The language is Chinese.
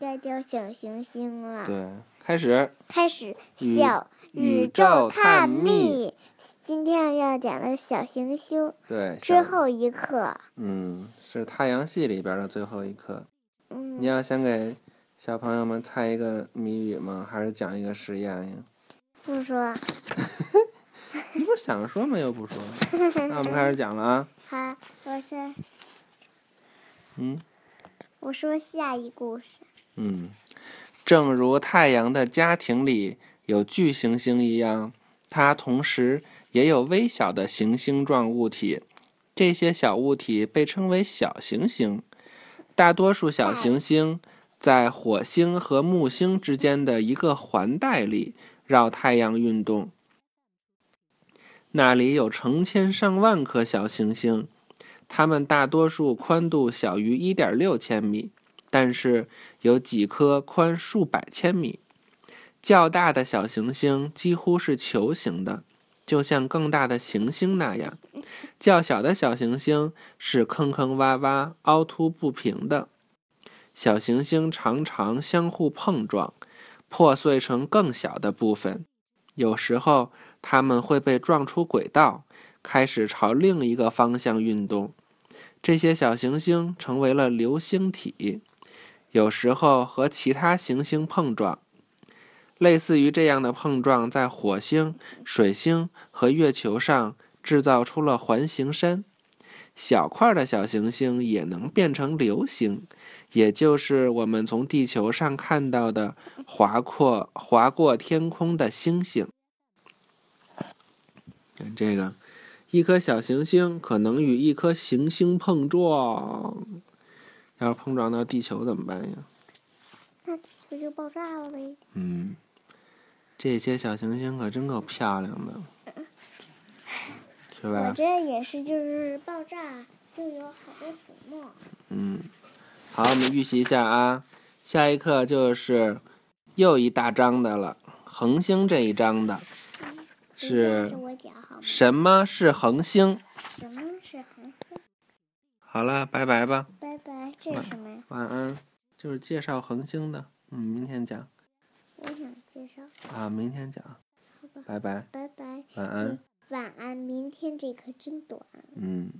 在叫小行星了。对，开始。开始宇小宇宇宙宙探探秘秘，今天要讲的小行星对，最小后一课。嗯，是太阳系里边的最后一课。你嗯，要想给小朋友们猜一个谜语吗？还是讲一个实验呀？不说，你不是想说吗？又不说。那我们开始讲了啊。好，我说嗯我说下一故事。嗯，正如太阳的家庭里有巨行星一样，它同时也有微小的行星状物体，这些小物体被称为小行星。大多数小行星在火星和木星之间的一个环带里绕太阳运动，那里有成千上万颗小行星，它们大多数宽度小于一点六千米，但是有几颗宽数百千米。较大的小行星几乎是球形的，就像更大的行星那样；较小的小行星是坑坑洼洼、凹凸不平的。小行星常常相互碰撞，破碎成更小的部分。有时候它们会被撞出轨道，开始朝另一个方向运动。这些小行星成为了流星体。有时候和其他行星碰撞。类似于这样的碰撞，在火星、水星和月球上制造出了环形山。小块的小行星也能变成流星，也就是我们从地球上看到的划过划过天空的星星。看这个，一颗小行星可能与一颗行星碰撞，要是碰撞到地球怎么办呀？那地球就爆炸了呗？嗯，这些小行星可真够漂亮的，是我吧？这也是，就是爆炸就有好多子墨。嗯，好，我们预习一下啊，下一课就是又一大章的了，恒星这一章的你跟是着我讲好吗？什么是恒星？什么是恒星？好了，拜拜吧，拜拜，这是什么呀？晚安。就是介绍恒星的，嗯，明天讲我想介绍。啊，明天讲，拜拜，拜拜，嗯晚安，晚安。明天这课真短。嗯。